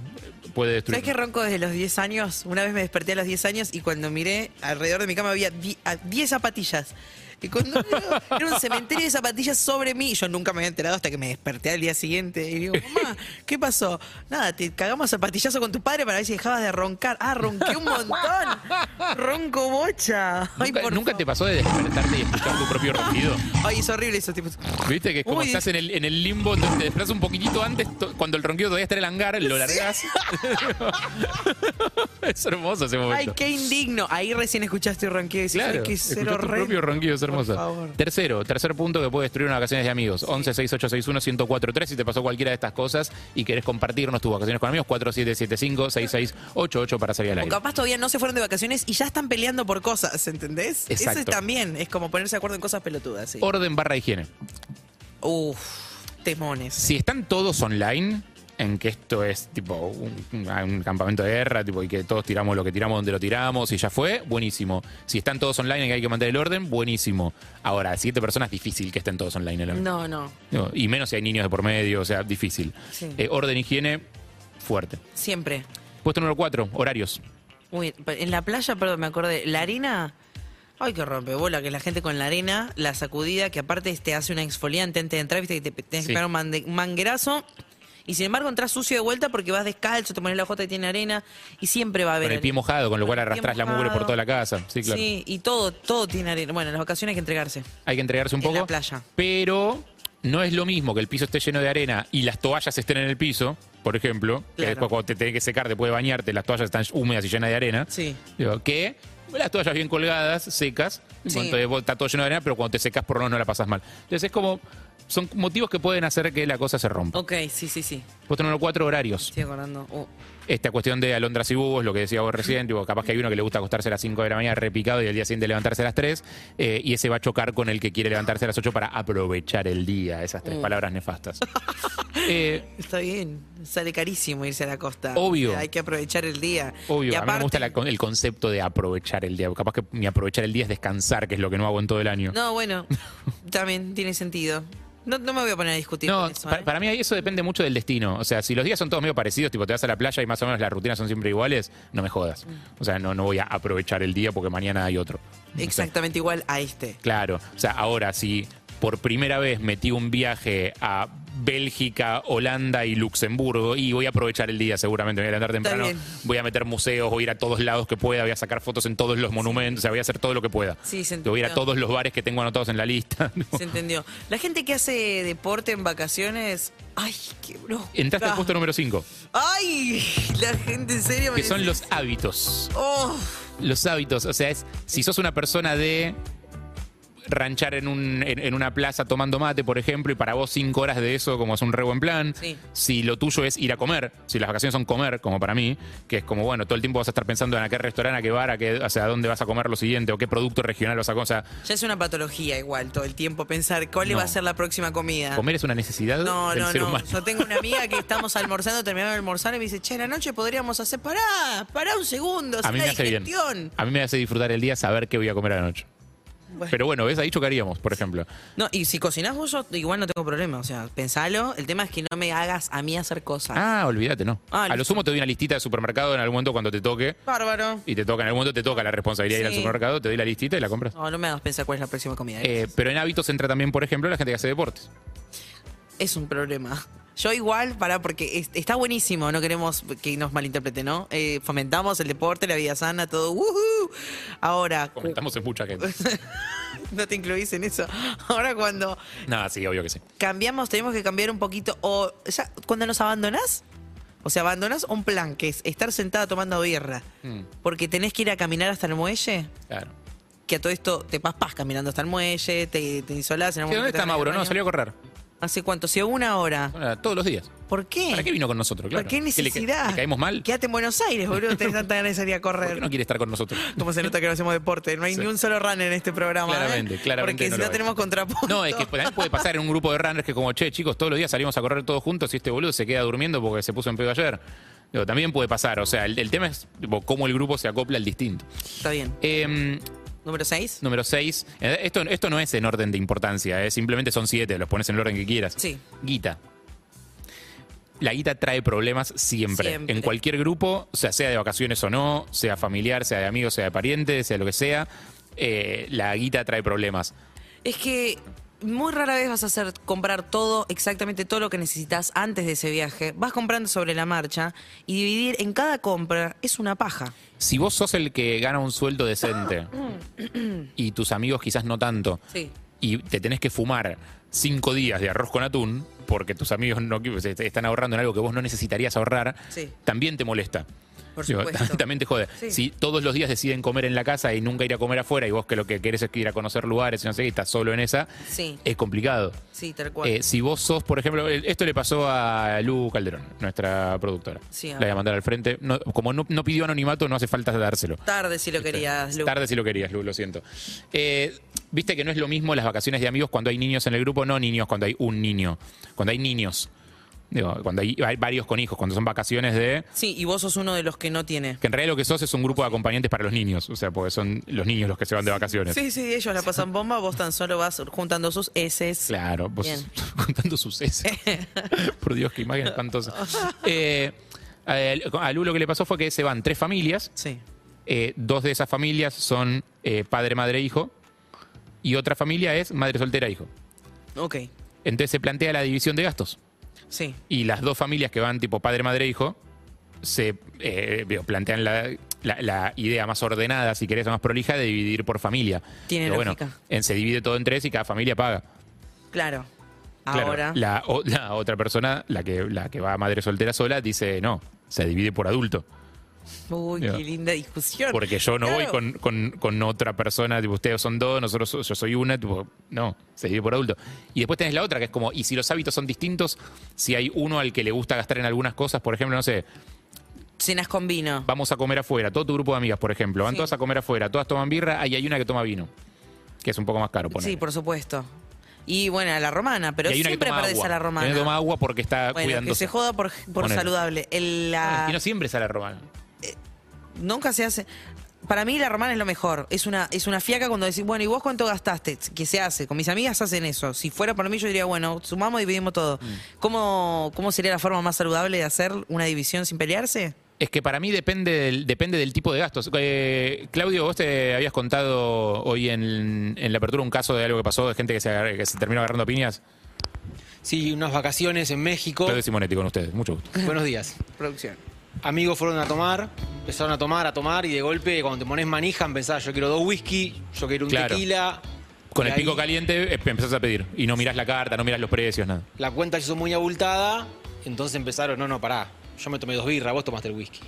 I: puede destruir.
H: ¿Sabes que ronco desde los 10 años? Una vez me desperté a los 10 años y cuando miré, alrededor de mi cama había di- a- 10 zapatillas. Y cuando miré, era un cementerio de zapatillas sobre mí. Yo nunca me había enterado hasta que me desperté al día siguiente. Y digo, mamá, ¿qué pasó? Nada, te cagamos zapatillazo con tu padre para ver si dejabas de roncar. Ah, ronqué un montón. Ronco bocha. Ay,
I: ¿Nunca,
H: por
I: nunca te pasó de despertarte y escuchar tu propio ronquido?
H: favor. Ay, es horrible eso. Tipo,
I: ¿Viste? Que es como
H: Uy.
I: estás en el, en el limbo, te, te desplazas un poquitito antes, to- cuando el ronquido todavía está en el hangar, lo largás. es hermoso ese momento.
H: ay, qué indigno. Ahí recién escuchaste un ronquido y dices,
I: Claro,
H: ay, qué
I: escuchá
H: ser
I: tu
H: horrendo.
I: propio ronquido es hermoso.
H: Por favor.
I: Tercero, tercer punto que puede destruir unas vacaciones de amigos. 11 6861 1043 si te pasó cualquiera de estas cosas y querés compartirnos tus vacaciones con amigos, 4775 6688 para salir al
H: O
I: aire.
H: capaz todavía no se fueron de vacaciones y ya están peleando por cosas, ¿entendés?
I: Exacto.
H: Ese también es como ponerse de acuerdo en cosas pelotudas. sí.
I: Orden barra higiene.
H: Uf. temones.
I: Si están todos online, en que esto es tipo un, un campamento de guerra, tipo, y que todos tiramos lo que tiramos donde lo tiramos y ya fue, buenísimo. Si están todos online y que hay que mantener el orden, buenísimo. Ahora, siete personas es difícil que estén todos online. la verdad.
L: No, no.
I: No, Y menos si hay niños de por medio, o sea, difícil.
H: Sí.
I: Eh, orden, higiene, fuerte.
H: Siempre.
I: Puesto número cuatro, horarios.
H: Uy, pa- en la playa, perdón, me acordé. La arena. Ay, qué rompebola, que la gente con la arena, la sacudida, que aparte te hace una exfoliante antes de entrar, viste, que te tenés
I: Sí.
H: que pegar un mande- manguerazo. Y sin embargo, entras sucio de vuelta porque vas descalzo, te pones la jota y tiene arena. Y siempre va a haber.
I: Con el pie
H: arena.
I: mojado, con lo cual
H: Con el pie
I: arrastrás la mugre por
H: mojado.
I: toda la casa. Sí, claro.
H: Sí, y todo, todo tiene arena. Bueno, en las vacaciones hay que entregarse.
I: Hay que entregarse un
H: En
I: poco.
H: la playa.
I: Pero no es lo mismo que el piso esté lleno de arena y las toallas estén en el piso, por ejemplo, que
H: Claro.
I: después cuando te tenés que secar después de bañarte, las toallas están húmedas y llenas de arena.
H: Sí.
I: Digo, que las toallas bien colgadas, secas,
H: Sí.
I: entonces vos está todo lleno de arena, pero cuando te secas por lo menos no la pasas mal. Entonces es como, son motivos que pueden hacer que la cosa se rompa.
H: Ok, sí, sí, sí.
I: Puesto número cuatro, horarios.
H: Estoy acordando. Oh,
I: Esta cuestión de alondras y búhos, lo que decía vos recién, tipo, capaz que hay uno que le gusta acostarse a las 5 de la mañana repicado y al día siguiente levantarse a las 3, eh, y ese va a chocar con el que quiere levantarse a las 8 para aprovechar el día, esas tres
H: Mm.
I: palabras nefastas. Eh,
H: está bien. Sale carísimo irse a la costa.
I: Obvio.
H: Hay que aprovechar el día.
I: obvio,
H: Y
I: a mí me gusta
H: aparte-
I: la con- el concepto de aprovechar el día, capaz que mi aprovechar el día es descansar, que es lo que no hago en todo el año.
H: No, bueno, también tiene sentido. No, no me voy a poner a discutir
I: No,
H: con eso.
I: para,
H: ¿eh?
I: para mí ahí eso depende mucho del destino. O sea, si los días son todos medio parecidos, tipo te vas a la playa y más o menos las rutinas son siempre iguales, no me jodas.
H: Mm.
I: O sea, no, no voy a aprovechar el día porque mañana hay otro. No sé.
H: Exactamente igual a este.
I: Claro. O sea, ahora si por primera vez metí un viaje a Bélgica, Holanda y Luxemburgo y voy a aprovechar el día seguramente, me voy a levantar temprano,
H: bien.
I: voy a meter museos, voy a ir a todos lados que pueda, voy a sacar fotos en todos los monumentos, o sea, voy a hacer todo lo que pueda.
H: Sí, se
I: voy a ir a
H: entendió.
I: todos los bares que tengo anotados en la lista.
H: Se entendió. La gente que hace deporte en vacaciones. Ay, qué bro.
I: Entraste al puesto número 5,
H: Ay, la gente en serio.
I: que
H: me-
I: son los hábitos.
H: Oh,
I: los hábitos. O sea, es si sos una persona de ranchar en, un- en- en una plaza tomando mate, por ejemplo, y para vos cinco horas de eso como es un re buen plan.
H: Sí.
I: Si lo tuyo es ir a comer, si las vacaciones son comer, como para mí, que es como, bueno, todo el tiempo vas a estar pensando en a qué restaurante, a qué bar, a, qué, o sea, a dónde vas a comer lo siguiente, o qué producto regional vas a comer. O sea,
H: ya es una patología igual todo el tiempo pensar cuál
I: No.
H: va a ser la próxima comida.
I: comer es una necesidad
H: Ah. no,
I: del
H: no,
I: ser
H: no.
I: humano.
H: Yo tengo una amiga que estamos almorzando, terminamos de almorzar y me dice, che, la noche podríamos hacer, pará, pará un segundo,
I: A
H: hacer
I: mí
H: la
I: me hace bien.
H: digestión.
I: A mí me hace disfrutar el día saber qué voy a comer a la noche.
H: Bueno.
I: Pero bueno, ¿ves? Ahí chocaríamos, por ejemplo.
H: No, y si cocinás vos, yo igual no tengo problema. O sea, pensalo. El tema es que no me hagas a mí hacer cosas.
I: Ah, olvídate, no.
H: Ah,
I: a lo
H: listo.
I: sumo te doy una listita de supermercado en algún momento cuando te toque.
H: Bárbaro.
I: y te toca, en algún momento te toca la responsabilidad de ir al
H: Sí.
I: supermercado, te doy la listita y la compras.
H: No, no me hagas pensar cuál es la próxima comida.
I: Eh, pero en hábitos entra también, por ejemplo, la gente que hace deportes.
H: Es un problema. Yo igual, pará, porque es- está buenísimo, no queremos que nos malinterprete, ¿no? Eh, fomentamos el deporte, la vida sana, todo. ¡Woohoo! Ahora, cu-
I: Comentamos en mucha gente.
H: no te incluís en eso. Ahora cuando
I: Nada, sí, obvio que sí.
H: cambiamos, tenemos que cambiar un poquito. O ya, cuando nos abandonás, o sea, abandonás un plan, que es estar sentada tomando birra,
I: Mm,
H: porque tenés que ir a caminar hasta el muelle.
I: claro.
H: que a todo esto te paspas caminando hasta el muelle, te, te insolás. En algún
I: ¿Qué, ¿Dónde
H: momento
I: está
H: te
I: Mauro?
H: vas al
I: No, salió a
H: baño.
I: correr.
H: ¿Hace cuánto? ¿Si una hora?
I: Ahora, Todos los días.
H: ¿Por qué?
I: ¿Para qué vino con nosotros? Claro.
H: ¿Por qué
I: le ca-
H: necesidad?
I: ¿Le caímos mal?
H: Quédate en Buenos Aires, boludo. Tenés tanta ganas de salir a
I: ¿Por qué
H: correr.
I: no quiere estar con nosotros?
H: Como se nota que no hacemos deporte. No hay
I: Sí.
H: ni un solo runner en este programa. ¿eh?
I: Claramente, claramente
H: Porque
I: no
H: si
I: lo
H: no
I: hay.
H: tenemos contrapunto.
I: No, es que pues, también puede pasar en un grupo de runners que como, che, chicos, todos los días salimos a correr todos juntos y este boludo se queda durmiendo porque se puso en pedo ayer. Digo, también puede pasar. O sea, el, el tema es tipo, cómo el grupo se acopla al distinto.
H: Está bien.
I: Em,
H: ¿Número 6?
I: Número 6. Esto, esto no es en orden de importancia, eh, simplemente son 7, los pones en el orden que quieras.
H: Sí.
I: Guita. La guita trae problemas siempre.
H: Siempre.
I: En cualquier grupo, o sea, sea de vacaciones o no, sea familiar, sea de amigos, sea de parientes, sea lo que sea, eh, la guita trae problemas.
H: Es que muy rara vez vas a hacer comprar todo, exactamente todo lo que necesitas antes de ese viaje. Vas comprando sobre la marcha y dividir en cada compra es una paja.
I: Si vos sos el que gana un sueldo decente y tus amigos quizás no tanto,
H: Sí.
I: y te tenés que fumar cinco días de arroz con atún porque tus amigos no qui- se- están ahorrando en algo que vos no necesitarías ahorrar,
H: Sí.
I: también te molesta.
H: por
I: Digo,
H: supuesto.
I: también te jode.
H: Sí.
I: Si todos los días deciden comer en la casa y nunca ir a comer afuera y vos que lo que querés es ir a conocer lugares y no sé qué, y estás solo en esa,
H: Sí,
I: es complicado.
H: sí, tal cual.
I: Eh, si vos sos, por ejemplo, el- esto le pasó a Lu Calderón, nuestra productora.
H: Sí, a
I: la
H: ver.
I: voy a mandar al frente. No- como no, no pidió anonimato, no hace falta dárselo.
H: Tarde si lo querías, Lu.
I: Tarde si lo querías, Lu, lo siento. Eh, Viste que no es lo mismo las vacaciones de amigos cuando hay niños en el grupo, no niños cuando hay un niño, cuando hay niños. Digo, cuando hay, hay varios con hijos, cuando son vacaciones de...
H: Sí, y vos sos uno de los que no tiene.
I: Que en realidad lo que sos es un grupo de acompañantes para los niños, o sea, porque son los niños los que se van de vacaciones.
H: Sí,
M: Sí, ellos la pasan bomba, vos tan solo vas juntando sus heces.
I: Claro, vos
M: Bien.
I: contando sucesos. Por Dios, qué imagen espantosa. Eh, a a Lu lo que le pasó fue que se van tres familias. Eh, dos de esas familias son eh, padre, madre, hijo. Y otra familia es madre soltera, hijo.
M: Ok,
I: Entonces se plantea la división de gastos.
M: sí.
I: Y las dos familias que van tipo padre, madre, e hijo, se eh, digo, plantean la, la- la idea más ordenada, si querés, o más prolija, de dividir por familia.
H: Tiene
I: Pero bueno,
H: lógica.
I: en- se divide todo en tres y cada familia paga.
H: Claro.
I: Claro,
H: Ahora.
I: La, o- la otra persona, la que, la que va a madre soltera sola, dice no, se divide por adulto.
M: Uy,
I: Digo,
M: qué linda discusión.
I: Porque yo no voy
M: Claro.
I: con, con- con otra persona, tipo, ustedes son dos, nosotros so- yo soy una, tipo, no, se divide por adulto. Y después tenés la otra, que es como, y si los hábitos son distintos, si hay uno al que le gusta gastar en algunas cosas, por ejemplo, no sé,
H: Cenas con vino.
I: vamos a comer afuera, todo tu grupo de amigas, por ejemplo, van
H: Sí.
I: todas a comer afuera, todas toman birra, ahí hay una que toma vino, que es un poco más caro, ponele.
H: Sí, por supuesto. Y bueno, a la romana, pero
I: Y hay una que
H: siempre
I: toma
H: perdés
I: agua.
H: a la
I: Y
H: romana.
I: una que toma agua porque está
H: bueno, que
I: cuidándose.
H: se joda por, por
I: Ponele.
H: saludable. El, la-
I: Y no siempre es a la romana.
H: Nunca se hace. Para mí la romana es lo mejor. Es una, es una fiaca cuando decís, bueno, ¿y vos cuánto gastaste? Que se hace. Con mis amigas hacen eso. Si fuera por mí, yo diría, bueno, sumamos y dividimos todo.
I: Mm.
H: ¿Cómo, ¿Cómo sería la forma más saludable de hacer una división sin pelearse?
I: Es que para mí depende del, depende del tipo de gastos. Eh, Claudio, vos te habías contado hoy en, en la apertura un caso de algo que pasó, de gente que se, agar- que se terminó agarrando a piñas.
E: Sí, unas vacaciones en México.
I: Claudio Simonetti con ustedes, mucho gusto.
E: Buenos días.
M: Producción.
E: Amigos fueron a tomar, empezaron a tomar, a tomar, y de golpe, cuando te pones manija, empezás, yo quiero dos whisky, yo quiero un
I: Claro.
E: tequila.
I: Con
E: y
I: el pico
E: ahí
I: caliente eh, empezás a pedir y no mirás la carta, no mirás los precios, nada.
E: La cuenta se hizo muy abultada, entonces empezaron, no, no, pará. Yo me tomé dos birras, vos tomaste el whisky.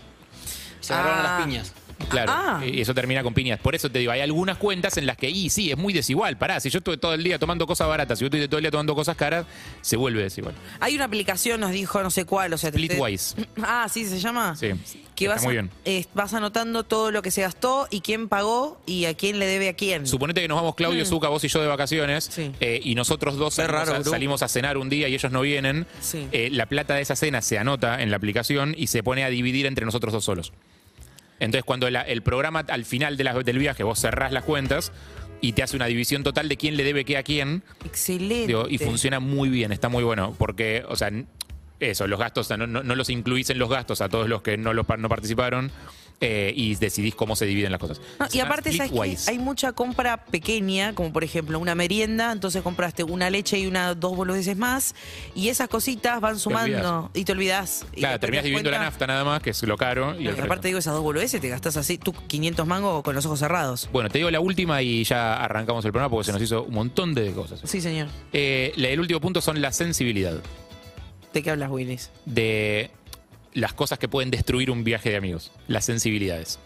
E: Se agarraron a las piñas.
I: Claro,
E: Ah.
I: y eso termina con piñas. Por eso te digo, hay algunas cuentas en las que, y sí, es muy desigual. Pará, si yo estuve todo el día tomando cosas baratas, si yo estoy todo el día tomando cosas caras, se vuelve desigual.
H: Hay una aplicación, nos dijo, no sé cuál, o sea, te-
I: Splitwise.
H: te- Ah, sí, se llama.
I: Sí,
H: Que
I: está
H: vas,
I: muy
H: a-
I: bien.
H: eh, vas anotando todo lo que se gastó y quién pagó y a quién le debe a quién.
I: Suponete que nos vamos Claudio,
H: Mm.
I: Zucca, vos y yo de vacaciones eh, y nosotros dos salimos,
H: raro,
I: a,
H: Bru.
I: salimos a cenar un día y ellos no vienen.
H: Sí.
I: Eh, la plata de esa cena se anota en la aplicación y se pone a dividir entre nosotros dos solos. Entonces, cuando la- el programa al final de las- del viaje vos cerrás las cuentas y te hace una división total de quién le debe qué a quién.
H: Excelente.
I: Digo, y funciona muy bien, está muy bueno. Porque, o sea, n- eso, los gastos, o sea, no, no- no los incluís en los gastos a todos los que no, los, pa- no participaron eh, y decidís cómo se dividen las cosas.
H: No,
I: Se
H: y
I: llama
H: aparte, ¿sabes qué?
I: Splitwise.
H: Hay mucha compra pequeña, como por ejemplo una merienda, entonces compraste una leche y una dos boludeces más, y esas cositas van sumando y te olvidás. Y
I: Claro, terminás
H: después te das
I: viviendo la
H: cuenta-
I: nafta nada más, que es lo caro. Y el
H: Claro,
I: resto.
H: aparte digo esas dos boludeces, te gastás así, tú 500 mangos con los ojos cerrados.
I: Bueno, te digo la última y ya arrancamos el programa porque se nos hizo un montón de cosas.
H: Sí, señor.
I: Eh, la- el último punto son la sensibilidad
H: ¿De qué hablas, Willis?
I: de las cosas que pueden destruir un viaje de amigos, las sensibilidades.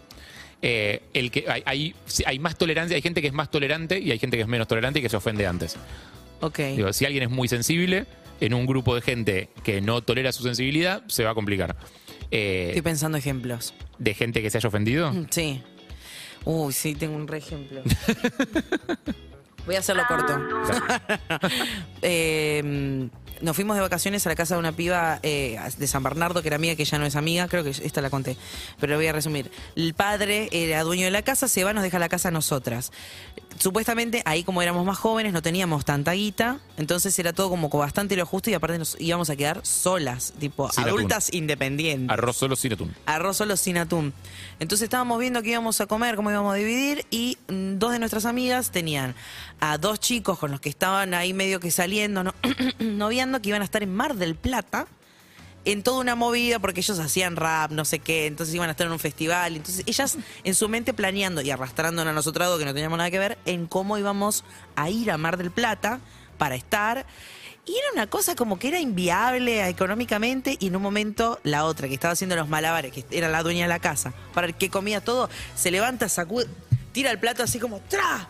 I: Eh, el que hay, hay, hay más tolerancia, hay gente que es más tolerante y hay gente que es menos tolerante y que se ofende antes.
H: Ok.
I: Digo, si alguien es muy sensible, en un grupo de gente que no tolera su sensibilidad, se va a complicar. Eh,
H: Estoy pensando ejemplos.
I: ¿De gente que se haya ofendido?
H: Sí. Uy, sí, tengo un re ejemplo. Voy a hacerlo corto. Eh, nos fuimos de vacaciones a la casa de una piba eh, de San Bernardo, que era amiga, que ya no es amiga, creo que esta la conté, pero lo voy a resumir. El padre era dueño de la casa, se va, nos deja la casa a nosotras. Supuestamente, ahí como éramos más jóvenes, no teníamos tanta guita, entonces era todo como con bastante lo justo y aparte nos íbamos a quedar solas, tipo
I: Sin atún.
H: adultas independientes.
I: Arroz solo sin atún.
H: Arroz solo sin atún. Entonces estábamos viendo qué íbamos a comer, cómo íbamos a dividir y mm, dos de nuestras amigas tenían a dos chicos con los que estaban ahí medio que saliendo, no, noviando, que iban a estar en Mar del Plata en toda una movida porque ellos hacían rap, no sé qué, entonces iban a estar en un festival. Entonces ellas en su mente planeando y arrastrándonos a nosotros dos que no teníamos nada que ver en cómo íbamos a ir a Mar del Plata para estar Y era una cosa como que era inviable económicamente y en un momento la otra que estaba haciendo los malabares, que era la dueña de la casa, para el que comía todo, se levanta, sacude, tira el plato así como ¡Tra!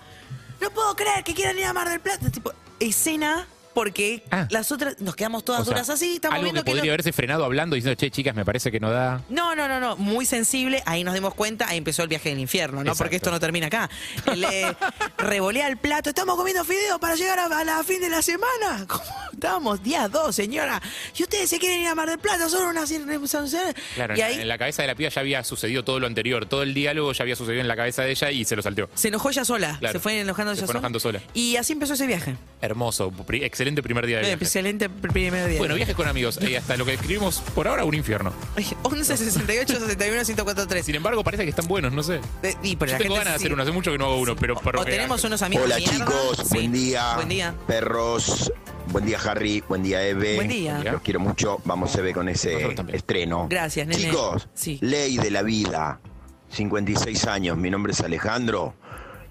H: No puedo creer que quieran ir a Mar del Plata. Tipo, escena porque las otras nos quedamos todas
I: Ah. O sea,
H: duras así, estamos
I: algo que
H: viendo que
I: podría
H: no-
I: haberse frenado hablando diciendo, che, chicas, me parece que no da.
H: no, no, no, no, muy sensible. Ahí nos dimos cuenta, ahí empezó el viaje del infierno, ¿no? Porque esto no termina acá. Le revolea el plato, estamos comiendo fideos para llegar a, a la fin de la semana. ¿Cómo? Estábamos día dos, señora. Y ustedes se quieren ir a Mar del Plata, son unas irresponsables.
I: Claro,
H: y
I: en-
H: ahí
I: en la cabeza de la piba ya había sucedido todo lo anterior, todo el diálogo ya había sucedido en la cabeza de ella y se lo salteó.
H: se enojó ella sola.
I: Claro.
H: Se fue enojando
I: Se
H: ella
I: fue
H: sola.
I: enojando sola.
H: Y así empezó ese viaje.
I: Hermoso, pri- excelente primer día de viaje.
H: Excelente primer día.
I: Bueno, viajes con amigos, y hasta lo que describimos por ahora un infierno.
H: 11 68 61 1043.
I: Sin embargo, parece que están buenos, no sé.
H: y pero
I: Yo tengo
H: la gente
I: ganas de hacer
H: sí.
I: uno, hace mucho que no hago uno, pero pero
H: O
I: que-
H: tenemos unos amigos
M: Hola
H: de mierda.
M: chicos,
H: Sí.
M: buen día.
H: Buen día.
M: Perros, buen día Harry, buen día Eve.
H: Buen día.
M: Los quiero mucho, vamos Eve con ese estreno.
H: Gracias, nene.
M: Chicos,
H: Sí.
M: ley de la vida, 56 años, mi nombre es Alejandro.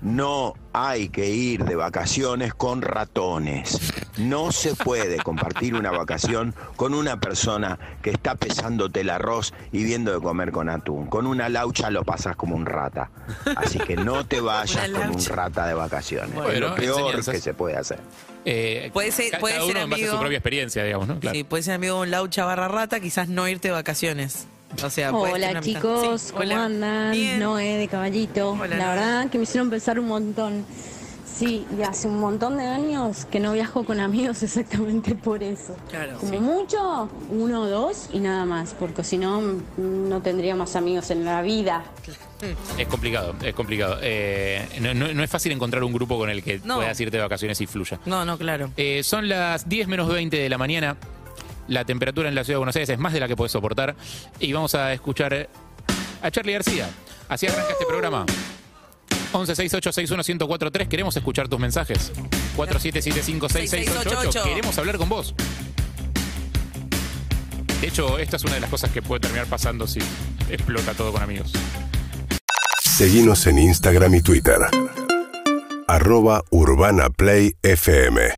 M: No hay que ir de vacaciones con ratones. No se puede compartir una vacación con una persona que está pesándote el arroz y viendo de comer con atún. Con una laucha lo pasas como un rata. Así que no te vayas con un rata de vacaciones.
I: Bueno,
M: es lo peor
I: enseñanzas.
M: que se puede hacer.
I: eh,
H: Puede ser-
I: ca-
H: puede
I: cada
H: ser
I: uno en base a su
H: amigo.
I: propia experiencia, digamos, ¿no? Claro.
H: Sí, puede ser amigo de un laucha barra rata, quizás no irte de vacaciones. O sea, puede ser una
B: Hola
H: amistad.
B: chicos,
H: Sí,
B: ¿cómo
H: hola.
B: andan?
H: Bien.
B: Noé de Caballito. la
H: Hola, Noé.
B: verdad que me hicieron pensar un montón. Sí, y hace un montón de años que no viajo con amigos exactamente por eso.
H: Claro.
B: Como mucho, uno o dos y nada más, porque si no, mm, no tendría más amigos en la vida.
I: Es complicado, es complicado. Eh, no, no- no es fácil encontrar un grupo con el que
B: No.
I: puedas irte de vacaciones y fluya.
H: No, no, claro.
I: Eh, son las 10 menos 20 de la mañana. La temperatura en la ciudad de Buenos Aires es más de la que puedes soportar. Y vamos a escuchar a Charlie García. Así arranca este programa. 1168611043. Queremos escuchar tus mensajes. 47756688. Queremos hablar con vos. De hecho, esta es una de las cosas que puede terminar pasando si explota todo con amigos.
A: Seguimos en Instagram y Twitter. Arroba Urbana Play FM.